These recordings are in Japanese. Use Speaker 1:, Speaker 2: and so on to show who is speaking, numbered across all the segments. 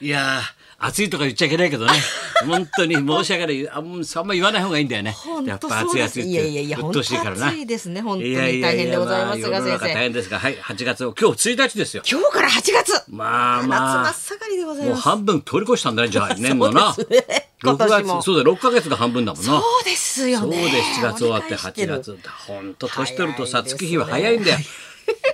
Speaker 1: いやー暑いとか言っちゃいけないけど ね本当に申し訳ないあんあんま言わない方がいいんだよね
Speaker 2: 本
Speaker 1: やっ
Speaker 2: 当
Speaker 1: ぱ
Speaker 2: そう
Speaker 1: 暑い
Speaker 2: です
Speaker 1: 暑いって
Speaker 2: いやいやいや
Speaker 1: うっとうしいからな
Speaker 2: 本当暑いですね本当に
Speaker 1: ややや
Speaker 2: 大変でございますが
Speaker 1: あ世の中
Speaker 2: 先生
Speaker 1: 大変ですがはい8月を今日1日ですよ
Speaker 2: 今日から8月
Speaker 1: まあまあ
Speaker 2: 夏真っ盛りでござい
Speaker 1: もう
Speaker 2: ます
Speaker 1: 半分通り越したんだねじゃあ年のな
Speaker 2: そうですね今
Speaker 1: 6
Speaker 2: 年も
Speaker 1: 月そうだよ6ヶ月が半分だもんな
Speaker 2: そうですよ
Speaker 1: そうで
Speaker 2: ね
Speaker 1: 7月終わって
Speaker 2: 折り返し
Speaker 1: 8
Speaker 2: てる
Speaker 1: 月本当年取るとさ
Speaker 2: 早いですね
Speaker 1: 月日は早いんだよ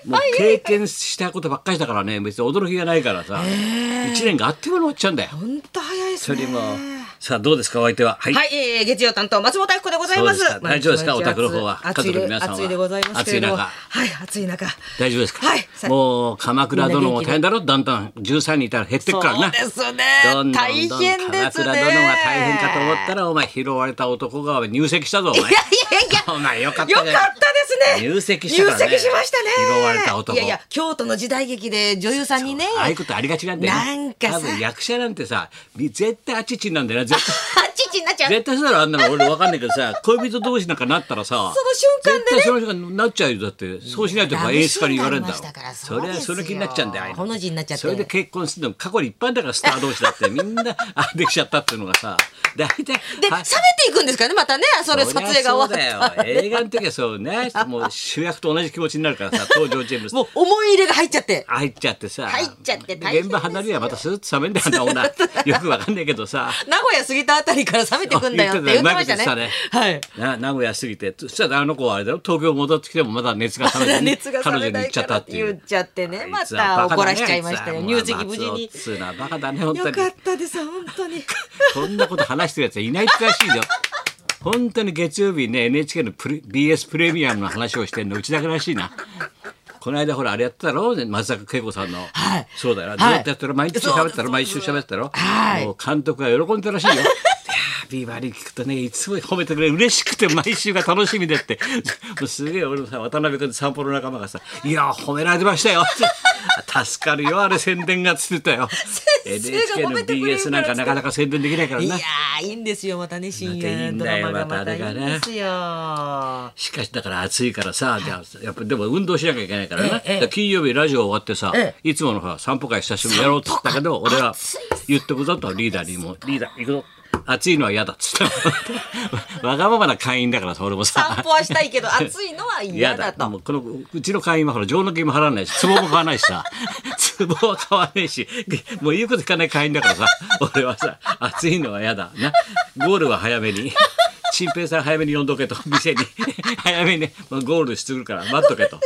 Speaker 1: もう経験したことばっかりだからね別に驚きがないからさ1年があっという間に終わっちゃうんだよ
Speaker 2: 本当早いです
Speaker 1: そ
Speaker 2: ね
Speaker 1: れもさあどうですかお相手ははい
Speaker 2: はい、えー、月曜担当松本明子でございます
Speaker 1: そうですか大丈夫ですか
Speaker 2: 毎日毎
Speaker 1: お
Speaker 2: 日
Speaker 1: 宅の方は
Speaker 2: 暑い
Speaker 1: 家族の皆さんは
Speaker 2: 暑いでございますけれども
Speaker 1: 暑い中
Speaker 2: はい暑い中
Speaker 1: 大丈夫ですか
Speaker 2: はいさ
Speaker 1: もう鎌倉殿も
Speaker 2: みんな元気で
Speaker 1: 大変だろだんだん13人いたら減ってくからな
Speaker 2: そうですね
Speaker 1: どんどんどん
Speaker 2: 大変ですね
Speaker 1: 鎌倉殿が大変かと思ったらお前拾われた男が入籍したぞお前
Speaker 2: いやいやいや
Speaker 1: お前よかったじ
Speaker 2: よ
Speaker 1: ゃ
Speaker 2: かっ
Speaker 1: ん
Speaker 2: たですね
Speaker 1: 入籍したからね
Speaker 2: 入籍しましたね
Speaker 1: 拾われた男
Speaker 2: いやいや京都の時代劇で女優さんにね
Speaker 1: ああいうことありがちなんだよね
Speaker 2: なんかさ
Speaker 1: 多分役者なんてさみ絶対あっちちなんだよな絶対
Speaker 2: 父になっちゃ う
Speaker 1: 絶対そうだろあんなの俺わかんないけどさ恋人同士なんかなったらさ
Speaker 2: その瞬間でね
Speaker 1: 絶対その瞬間になっちゃうよだってそうしないとやっぱ演出家に言われるんだ
Speaker 2: ラブシーンがありました
Speaker 1: そ
Speaker 2: から
Speaker 1: れはそう
Speaker 2: そですよ
Speaker 1: の気になっちゃうんだよああいうの
Speaker 2: ほの字になっちゃって
Speaker 1: それで結婚するのも過去に一般だからスター同士だってみんなあできちゃったっていうのがさ大体
Speaker 2: で冷
Speaker 1: は
Speaker 2: めていくんですかねまたねそれ撮影が終わった
Speaker 1: そりゃそうだよ映画の時はそうねもう主役と同じ気持ちになるからさ登場人物
Speaker 2: もう思い入れが入っちゃって
Speaker 1: 入っちゃってさ
Speaker 2: 入っちゃって大変で
Speaker 1: 現
Speaker 2: すよ
Speaker 1: 場離れればまたスーッと冷めんだよあ んな女よくわかんないけどさ
Speaker 2: 名古屋過ぎたあたりから冷めてくんだよって言ってましたね
Speaker 1: 言って
Speaker 2: はい
Speaker 1: な名古屋過ぎてそしたらあの子はあれだろ東京戻ってきてもまだ熱が冷めてね
Speaker 2: 熱が冷め
Speaker 1: 彼女に
Speaker 2: な
Speaker 1: 言
Speaker 2: い
Speaker 1: っちゃ
Speaker 2: か
Speaker 1: った
Speaker 2: ら
Speaker 1: っ
Speaker 2: って
Speaker 1: てい
Speaker 2: 言っ
Speaker 1: う
Speaker 2: ちゃってね
Speaker 1: あ
Speaker 2: ま
Speaker 1: いつは
Speaker 2: た
Speaker 1: バカ
Speaker 2: 怒
Speaker 1: だね
Speaker 2: らしちゃいました
Speaker 1: あ
Speaker 2: よ
Speaker 1: いつは
Speaker 2: 入籍無事に
Speaker 1: まあ松尾っつうのはバカだね本当
Speaker 2: よ
Speaker 1: に
Speaker 2: かったです本当 に
Speaker 1: こんなこと話してるやつはいないってらしいよ本当に月曜日ね NHK のプレ BS プレミアムの話をしてるのうちだけらしいなこの間ほらあれやってたろ松坂慶子さんの、
Speaker 2: はい
Speaker 1: そうだよな、
Speaker 2: はい
Speaker 1: ずっとやってる毎日喋ってたろ毎週喋ってたろ、
Speaker 2: はい
Speaker 1: もう監督が喜んでたらしいよいやービバリー聞くとねいつも褒めてくれる嬉しくて毎週が楽しみでってもうすげえ俺のさ渡辺君散歩の仲間がさ「いやー褒められてましたよ」っ て助かるよあれ宣伝が」つってたよ
Speaker 2: 先生
Speaker 1: NHK の
Speaker 2: が褒めてくれる
Speaker 1: BS
Speaker 2: から
Speaker 1: なんかなかなか宣伝できないから
Speaker 2: い
Speaker 1: な
Speaker 2: やーいいんですよまたね深
Speaker 1: またいい
Speaker 2: 夜
Speaker 1: ん
Speaker 2: ド
Speaker 1: だ
Speaker 2: ラ
Speaker 1: よ
Speaker 2: マがま
Speaker 1: また
Speaker 2: た
Speaker 1: あれ
Speaker 2: いい
Speaker 1: が
Speaker 2: ん
Speaker 1: ね
Speaker 2: ですよ
Speaker 1: しかしだから暑いからさ、じゃあやっぱでも運動しなきゃいけないからな、
Speaker 2: ええ
Speaker 1: だから金曜日ラジオ終わってさ、
Speaker 2: え
Speaker 1: いつものさ散歩会久しぶりにやろうって言ったけど俺は
Speaker 2: 暑い
Speaker 1: 言っとくぞとリーダーにも「リーダー行くぞ 暑いのは嫌だ」っつった わがままな会員だからさ俺もさ
Speaker 2: 散歩はしたい けど暑いのは嫌だと
Speaker 1: もうこのうちの会員はほら上納金も払わないし壺も買わないしさ 壺は買わないしもう言うこと聞かない会員だからさ俺はさ暑いのは嫌だなゴールは早めに。新平さん早めに呼んどけと店に 早めにね、まあ、ゴールしてくるから待っと けと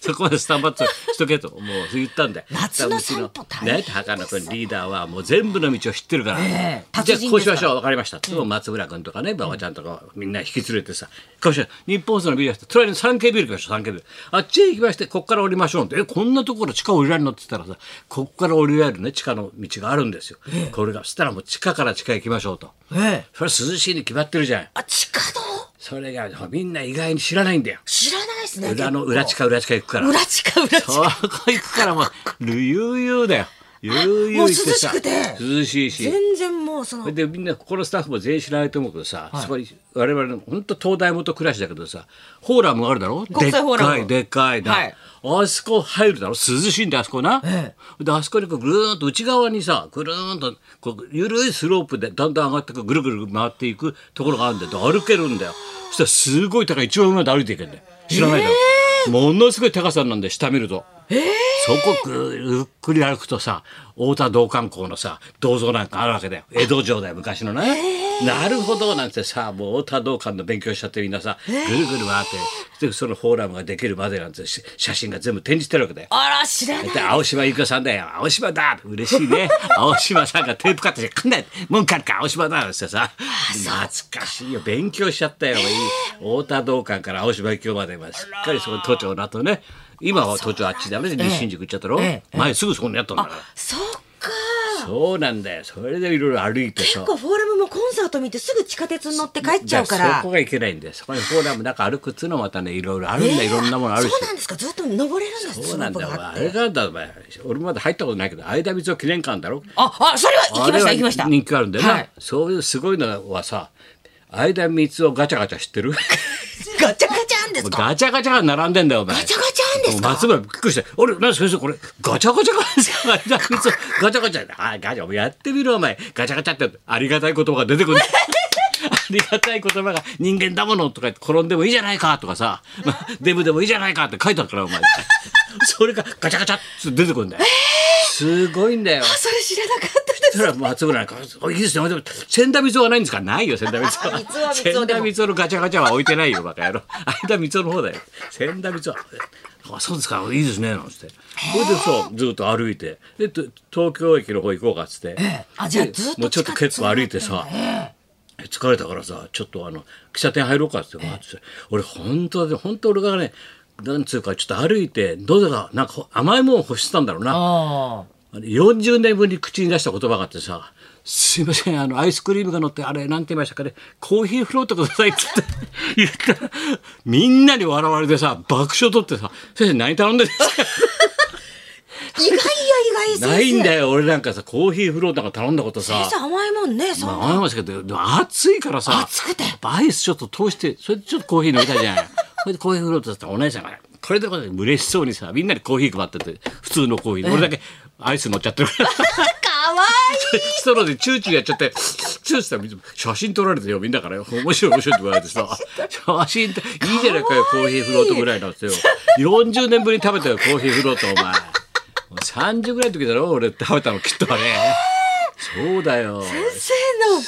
Speaker 1: そこまでスタンバッしとけともう言ったんで
Speaker 2: 夏の散歩大変
Speaker 1: ね高野君リーダーはもう全部の道を知ってるから、
Speaker 2: ええ
Speaker 1: じゃ
Speaker 2: 達
Speaker 1: あこ
Speaker 2: 人ですから
Speaker 1: うしましょう分かりました、う松浦君とかね馬場ちゃんとかみんな引き連れてさこうしよう日本放送のビルとりあえず 3K ビル行きましょう 3K ビルあっちへ行きましてこっから降りましょうってえこんなところ地下降りられるのって言ったらさこっから降りられるね地下の道があるんですよ、これがそしたらもう地下から地下へ行きましょうと
Speaker 2: ええ
Speaker 1: それは涼しいに決まってるじゃん
Speaker 2: あ地下道
Speaker 1: それがみんな意外に知らないんだよ
Speaker 2: 知らないですね
Speaker 1: 裏の裏地下裏地下行くから
Speaker 2: 裏地下裏地
Speaker 1: そ
Speaker 2: 下
Speaker 1: こ行くからもう悠々だよ悠々行ってさ
Speaker 2: もう涼しくて
Speaker 1: 涼しいし
Speaker 2: 全然もうその
Speaker 1: それでみんなここのスタッフも全員知らないと思うけどさ、そこに我々の本当東大元暮らしだけどさフォーラムがあるだろ
Speaker 2: 国際フォーラム
Speaker 1: でっかいでっかいな、
Speaker 2: はい
Speaker 1: あそこ入るだろ涼しいんだよあそこな、
Speaker 2: え
Speaker 1: であそこにこうぐるーんと内側にさぐるーんとこう緩いスロープでだんだん上がってくぐるぐる回っていくところがあるんだよで歩けるんだよそしたらすごい高い一番上まで歩いていけるんだよ知らないだろ、ものすごい高さなんで下見ると。そこぐゆっくり歩くとさ太田道観光のさ銅像なんかあるわけだよ江戸城だよ昔のね、なるほどなんてさもう太田道観の勉強しちゃってみんなさぐるぐる回ってでそのフォーラムができるまでなんてし写真が全部展示してるわけだよ。
Speaker 2: あら知らない
Speaker 1: で青島由紀夫さんだよ青島だ嬉しい ね青島さんがテープカットして「こんな文句あるか青島だ」ってさ懐かしいよ勉強しちゃったよ、太田道館から青島由紀夫までまあしっかりそこに都庁だとね今は都庁あっちだめで西新宿行っちゃったろ、
Speaker 2: ええ
Speaker 1: 前すぐそこにやったんだから、
Speaker 2: そっか
Speaker 1: そうなんだよそれでいろいろ歩いてさ
Speaker 2: 結構フォーラムもコンサート見てすぐ地下鉄に乗って帰っちゃうか
Speaker 1: だから
Speaker 2: ら
Speaker 1: そこがいけないんだよそこにフォーラムなんか歩くっつうのもまたねいろいろあるんだよ、いろんなものあるし
Speaker 2: そうなんですかずっと登れるんです
Speaker 1: そうなんだよ
Speaker 2: スロープがあっ
Speaker 1: あ
Speaker 2: て
Speaker 1: れがあんだお前俺まだ入ったことないけど相田光夫記念館だろ
Speaker 2: ああそれは行きました行きました
Speaker 1: あれは人気あるんだよな、
Speaker 2: はい
Speaker 1: そういうすごいのはさ相田 光夫ガチャガチャ知ってる
Speaker 2: ガチャガチャあんですか
Speaker 1: ガチャガチャが並んでんだよお前
Speaker 2: ガチャガチャあんですか
Speaker 1: 松村びっくりして、俺、な先生、これ、ガチャガチャガチ ャガチャガチャガチャガチャ、あ、ガチャ、やってみろ、お前。ガチャガチャって、ありがたい言葉が出てく る。ありがたい言葉が人間だものとか言って転んでもいいじゃないかとか さ、デブでもいいじゃないかって書いてあるからお前それがガチャガチャって出てくるんだよ、すごいんだよ
Speaker 2: それ知らなかったです
Speaker 1: それは松村なんか「おいいですねでも千田光雄はないんですかないよ千田光雄は
Speaker 2: 光雄は光
Speaker 1: 千
Speaker 2: 雄で
Speaker 1: 田
Speaker 2: も
Speaker 1: 光雄のガチャガチャは置いてないよバカ野郎相田光雄の方だよ千田光雄はあそうですかいいですね」なんつってそれでそうずっと歩いてでと東京駅の方行こうかっつって、
Speaker 2: あじゃあずっと
Speaker 1: もうちょっとケツ歩いてさ、疲れたからさちょっとあの喫茶店入ろうかっつってわーって俺本当だ本当俺がねなんつうかちょっと歩いて喉がなんかほ甘いもん欲してたんだろうな
Speaker 2: あ
Speaker 1: あれ40年ぶりに口に出した言葉があってさ「すいませんあのアイスクリームが乗ってあれなんて言いましたかねコーヒーフロートください」って 言って言ったらみんなに笑われてさ爆笑取ってさ「先生何頼んでるんです か?
Speaker 2: あ意外や意外先」生
Speaker 1: ないんだよ俺なんかさコーヒーフロートなんか頼んだことさ
Speaker 2: 先生甘いもんねそんな
Speaker 1: まあ甘いもんですけどでも暑いからさ
Speaker 2: 暑くて
Speaker 1: アイスちょっと通してそれでちょっとコーヒー飲みたいじゃない それでコーヒーフロートだったらお姉さんがこれでこれで嬉しそうにさみんなにコーヒー配ってて普通のコーヒーで俺だけアイス乗っちゃってるから。
Speaker 2: かわ
Speaker 1: ストローでチューチューやっちゃって、チューしたらみんな写真撮られてよ、みんなからよ。面白い面白いって言われてさ、写真って、いいじゃないかよ、コーヒーフロートぐらいなんですよ。40年ぶりに食べたよ、コーヒーフロート、お前。もう30ぐらいの時だろ、俺食べたの、きっとあれ。そうだよ。
Speaker 2: いい先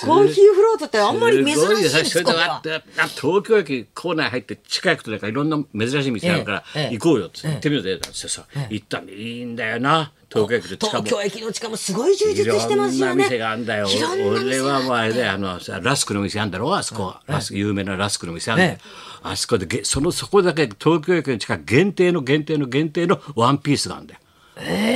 Speaker 2: 生のコーヒーフロートってあんまり珍しいんですす
Speaker 1: ごよそれでわってあ東京駅構内入って近いことなんかいろんな珍しい店あるから
Speaker 2: ええええ
Speaker 1: 行こうよって行ってみようぜなんつってさ行ったんでいいんだよな東京駅で近
Speaker 2: 東
Speaker 1: く
Speaker 2: 京駅の地下もすごい充実してますよね
Speaker 1: いろんな店があんだよ
Speaker 2: いろんな
Speaker 1: 俺
Speaker 2: 店が
Speaker 1: はもうあれであのさラスクの店あんだろあそこ、ラスク有名なラスクの店あんだよ、
Speaker 2: ええ
Speaker 1: あそこでげそのそこだけ東京駅の近く限定の限定の限定のワンピースがあんだよ、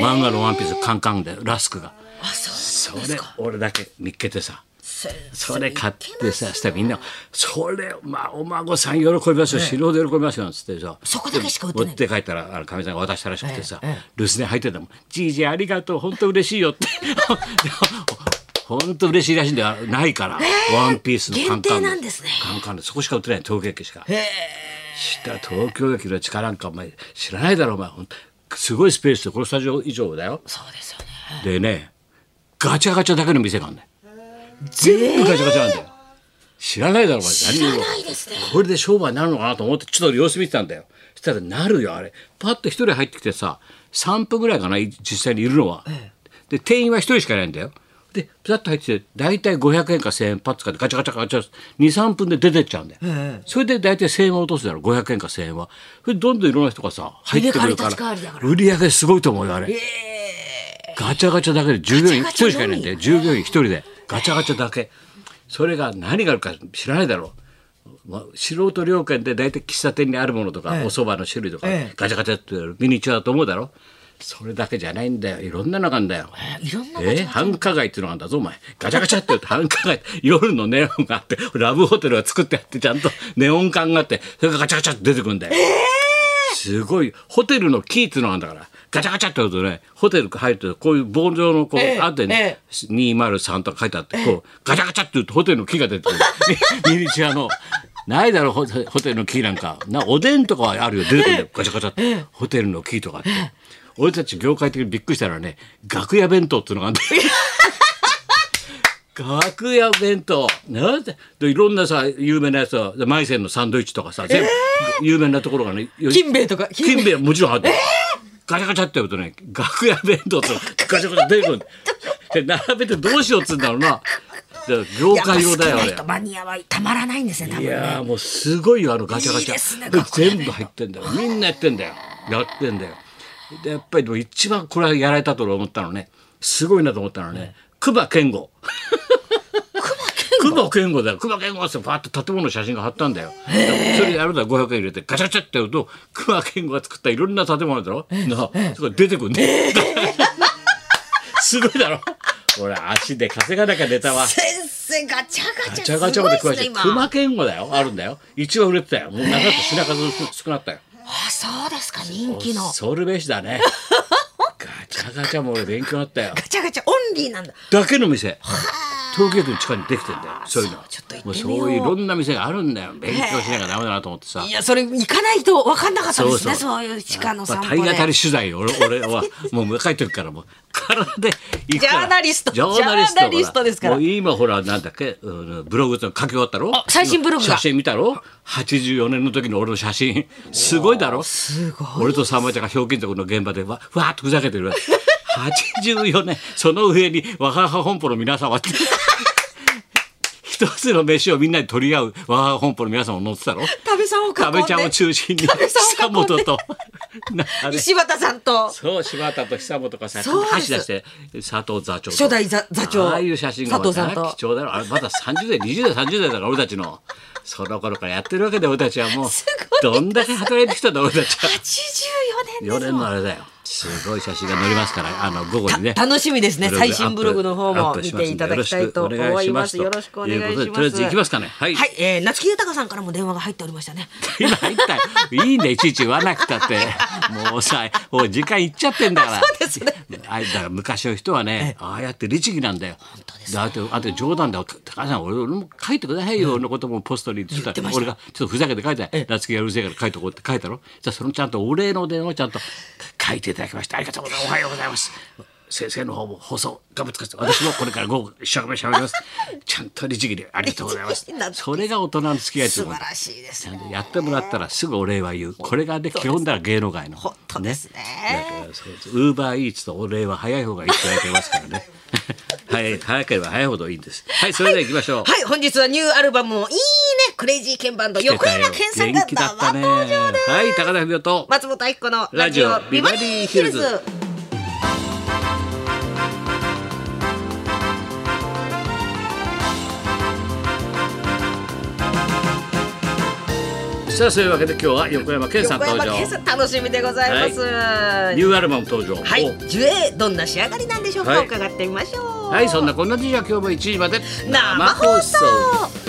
Speaker 1: 漫画のワンピースカンカンでラスクが
Speaker 2: あそう
Speaker 1: それ俺だけ見っけてさ
Speaker 2: 先生
Speaker 1: それ買ってさしたらみんな「それまあお孫さん喜びますよ死ぬほど喜びますよ」なんつってさ
Speaker 2: そこだけしか売ってない
Speaker 1: 持って帰ったらあのかみさんが渡したらしくてさ留守電入ってたもん「じいじありがとう本当嬉しいよ」って 本当嬉しいらしいんだよないからワンピースのカンカン
Speaker 2: 限
Speaker 1: の
Speaker 2: 定なんですね
Speaker 1: カンカンのそこしか売ってない東京駅しか
Speaker 2: へえ
Speaker 1: した東京駅の地下なんかお前知らないだろお前ほんとすごいスペースでこのスタジオ以上だよ
Speaker 2: そうですよね
Speaker 1: でねガチャガチャだけの店があるんだよ全部ガチャガチャなんだよ、知らないだろお前
Speaker 2: 知らないですね
Speaker 1: これで商売になるのかなと思ってちょっと様子見てたんだよそしたらなるよあれパッと一人入ってきてさ3分ぐらいかない実際にいるのは、で店員は一人しかいないんだよでピタッと入ってきて大体500円か1,000円パッと使ってガチャガチャガチャ23分で出てっちゃうんだよ、それで大体1,000円は落とすだろ500円か1,000円はそれでどんどんいろんな人がさ入ってくるから
Speaker 2: 入れ替わり立ち替わりだから
Speaker 1: 売り上げすごいと思うよあれ、ガチャガチャだけで従業員一
Speaker 2: ガチャ
Speaker 1: 人しか
Speaker 2: ガチャ
Speaker 1: いないんで従業員一人でガチャガチャだけそれが何があるか知らないだろう、まあ、素人料金で大体喫茶店にあるものとか、お蕎麦の種類とか、
Speaker 2: ええ
Speaker 1: ガチャガチャってミニチュアだと思うだろそれだけじゃないんだよいろんなのがあるんだよ。
Speaker 2: いろんな
Speaker 1: えー繁華街っていうのがあるんだぞお前ガチャガチャって言うと繁華街夜のネオンがあってラブホテルが作ってあってちゃんとネオン感があってそれがガチャガチャって出てくるんだよ、すごいホテルのキーっていうのがあるんだからガチャガチャってことねホテル入るとこういう棒状のこう、
Speaker 2: ええ
Speaker 1: あってね、203とか書いてあってこうガチャガチャって言うとホテルのキーが出てくるミニチュアの。ないだろホテホテルのキーなんかなおでんとかはあるよ出てくるんだよガチャガチャってホテルのキーとかって俺たち業界的にびっくりしたのはね楽屋弁当っていうのがあるんだよ 楽屋弁当なんてでいろんなさ有名なやつはでマイセンのサンドイッチとかさ全部、有名なところがねよ
Speaker 2: 金兵衛とか
Speaker 1: 金兵衛はもちろんあって、ガチャガチャってやるとね楽屋弁当とガチャガチャ出てくるで並べてどうしようっつうんだろうなで業
Speaker 2: やっぱ
Speaker 1: 界用
Speaker 2: 好き
Speaker 1: だよ
Speaker 2: な
Speaker 1: あれ
Speaker 2: 人マニアはたまらないんですね多
Speaker 1: い
Speaker 2: 分ね
Speaker 1: やーもうすごいよあのガチャガチ
Speaker 2: いいで
Speaker 1: ャ
Speaker 2: すね
Speaker 1: で
Speaker 2: 楽屋弁
Speaker 1: 全部入ってんだよみんなやってんだよやってんだよでやっぱりでも一番これはやられたと俺思ったのねすごいなと思ったのね熊健吾 熊健吾だよ熊健吾ってパッと建物の写真が貼ったんだよそれであれだ500円入れてガチャガチャってやると熊健吾が作ったいろんな建物だろなあそこ出てくんね すごいだろ俺足で稼がなきゃネタは
Speaker 2: 先生ガチャガ
Speaker 1: ガ
Speaker 2: チャ
Speaker 1: チャガチャまで詳し
Speaker 2: す
Speaker 1: い。
Speaker 2: ごですね今
Speaker 1: 熊健吾だよ。あるんだよ。一応売れてたよ。もうなかった品数少なったよ。
Speaker 2: あそうですか人気の
Speaker 1: ソウルベースだ ね。ガチャガチャも俺勉強になったよ。
Speaker 2: ガチャガチャオンリーなんだ
Speaker 1: だけの店。東京駅の地下にできてんだよそういうの
Speaker 2: ちょっと
Speaker 1: もう
Speaker 2: 行って
Speaker 1: そ
Speaker 2: みよう
Speaker 1: ういういろんな店があるんだよ勉強しなきゃダメだなと思ってさ
Speaker 2: いや、それ行かないと分かんなかったですね、そう
Speaker 1: そうそう
Speaker 2: いう地下の散
Speaker 1: まあ、
Speaker 2: 歩
Speaker 1: 体
Speaker 2: で。
Speaker 1: 当たり取材俺俺はもう若い時からもう体で行くから
Speaker 2: ジャーナリスト
Speaker 1: ジャーナリスト
Speaker 2: ジャーナリストですから
Speaker 1: もう今ほらなんだっけ、うんブログとか書き終わったろ
Speaker 2: あ最新ブログが
Speaker 1: 写真見たろ84年の時の俺の写真すごいだろ
Speaker 2: すごい
Speaker 1: 俺とさんまちゃんがひょうきん族の現場でわわーっとふざけてるわけ84年その上に若葉本舗の皆様って 一つの飯をみんなで取り合う若葉本舗の皆様も載ってたろ
Speaker 2: 食べさんを囲んで
Speaker 1: 食べちゃんを中心に
Speaker 2: 食べさ
Speaker 1: 久
Speaker 2: んを囲ん
Speaker 1: 本
Speaker 2: で
Speaker 1: となあれ
Speaker 2: 石渡さんと
Speaker 1: そう柴田と久本がさ
Speaker 2: そうで
Speaker 1: 箸
Speaker 2: す
Speaker 1: 出して佐藤座長と
Speaker 2: 初代座座長
Speaker 1: ああいう写真が
Speaker 2: 佐藤さんと
Speaker 1: また貴重だろあれまだ30代20代30代だから俺たちのその頃からやってるわけで俺たちはもう
Speaker 2: ごいです
Speaker 1: どんだけ働いてきたんだ俺たちは
Speaker 2: 84年
Speaker 1: 4
Speaker 2: です
Speaker 1: 年のあれだよすごい写真が載りますからあの午後にね
Speaker 2: た楽しみですね
Speaker 1: ブログ
Speaker 2: 最新ブログの方も
Speaker 1: アップします
Speaker 2: 見て
Speaker 1: ん
Speaker 2: い
Speaker 1: で
Speaker 2: ただきたいと思います
Speaker 1: よ
Speaker 2: よ
Speaker 1: ろ
Speaker 2: ろ
Speaker 1: し
Speaker 2: し
Speaker 1: く
Speaker 2: く
Speaker 1: お
Speaker 2: お
Speaker 1: 願
Speaker 2: 願
Speaker 1: いします
Speaker 2: いし
Speaker 1: ということでとりあえず
Speaker 2: ます
Speaker 1: 行きますかねはい
Speaker 2: はい、えー、夏木豊さんからも電話が入っておりましたね
Speaker 1: 今入ったよいいねいちいち言わなくたってもうさもう時間いっちゃってんだから
Speaker 2: そうですね
Speaker 1: あだから昔の人はねああやって律儀なんだよだってあと冗談だよ高橋さん俺俺も書いてくださいよ、俺のこともポストにって言った
Speaker 2: 言
Speaker 1: ら
Speaker 2: ってました
Speaker 1: 俺がちょっとふざけて書いて夏木がうるせえから書いてこうって書いたろじゃあそのちゃんとお礼の電話をちゃんと書いていただきましたありがとうございますおはようございます先生の方も放送頑張ってください私もこれから午後一生懸命しゃべりますちゃんと律儀でありがとうございます
Speaker 2: 律儀なんて
Speaker 1: それが大人の付き合いって
Speaker 2: 素
Speaker 1: もんだ
Speaker 2: 晴らしいですね
Speaker 1: やってもらったらすぐお礼は言うこれがね基本だから芸能界の
Speaker 2: 本当ですね
Speaker 1: ウーバーイーツとお礼は早い方がいいって言われてますから ねはい早ければ早いほどいいんですはいそれでは行きましょう、
Speaker 2: はい本日はニューアルバムもいいねクレイジーケンバンド横山健さんが
Speaker 1: 元気だったねはい高田文夫と
Speaker 2: 松本明子の
Speaker 1: ラ
Speaker 2: ラ
Speaker 1: ジ
Speaker 2: ジ
Speaker 1: オ
Speaker 2: オ
Speaker 1: ビ
Speaker 2: ビ
Speaker 1: バ
Speaker 2: バ
Speaker 1: リ
Speaker 2: リ
Speaker 1: ーヒ
Speaker 2: ーヒ
Speaker 1: ル
Speaker 2: ル
Speaker 1: ズ
Speaker 2: ズ。
Speaker 1: さあそういうわけで今日は横山健さん
Speaker 2: 横
Speaker 1: 登
Speaker 2: 山
Speaker 1: 場
Speaker 2: 健さん楽しみでございます。
Speaker 1: ニューアルバム登場
Speaker 2: は
Speaker 1: お
Speaker 2: い、ジュエどんな仕上がりなんでしょうか、
Speaker 1: はい
Speaker 2: 伺ってみましょう。
Speaker 1: はいそんなこんな時は今日も1時まで
Speaker 2: 生放送。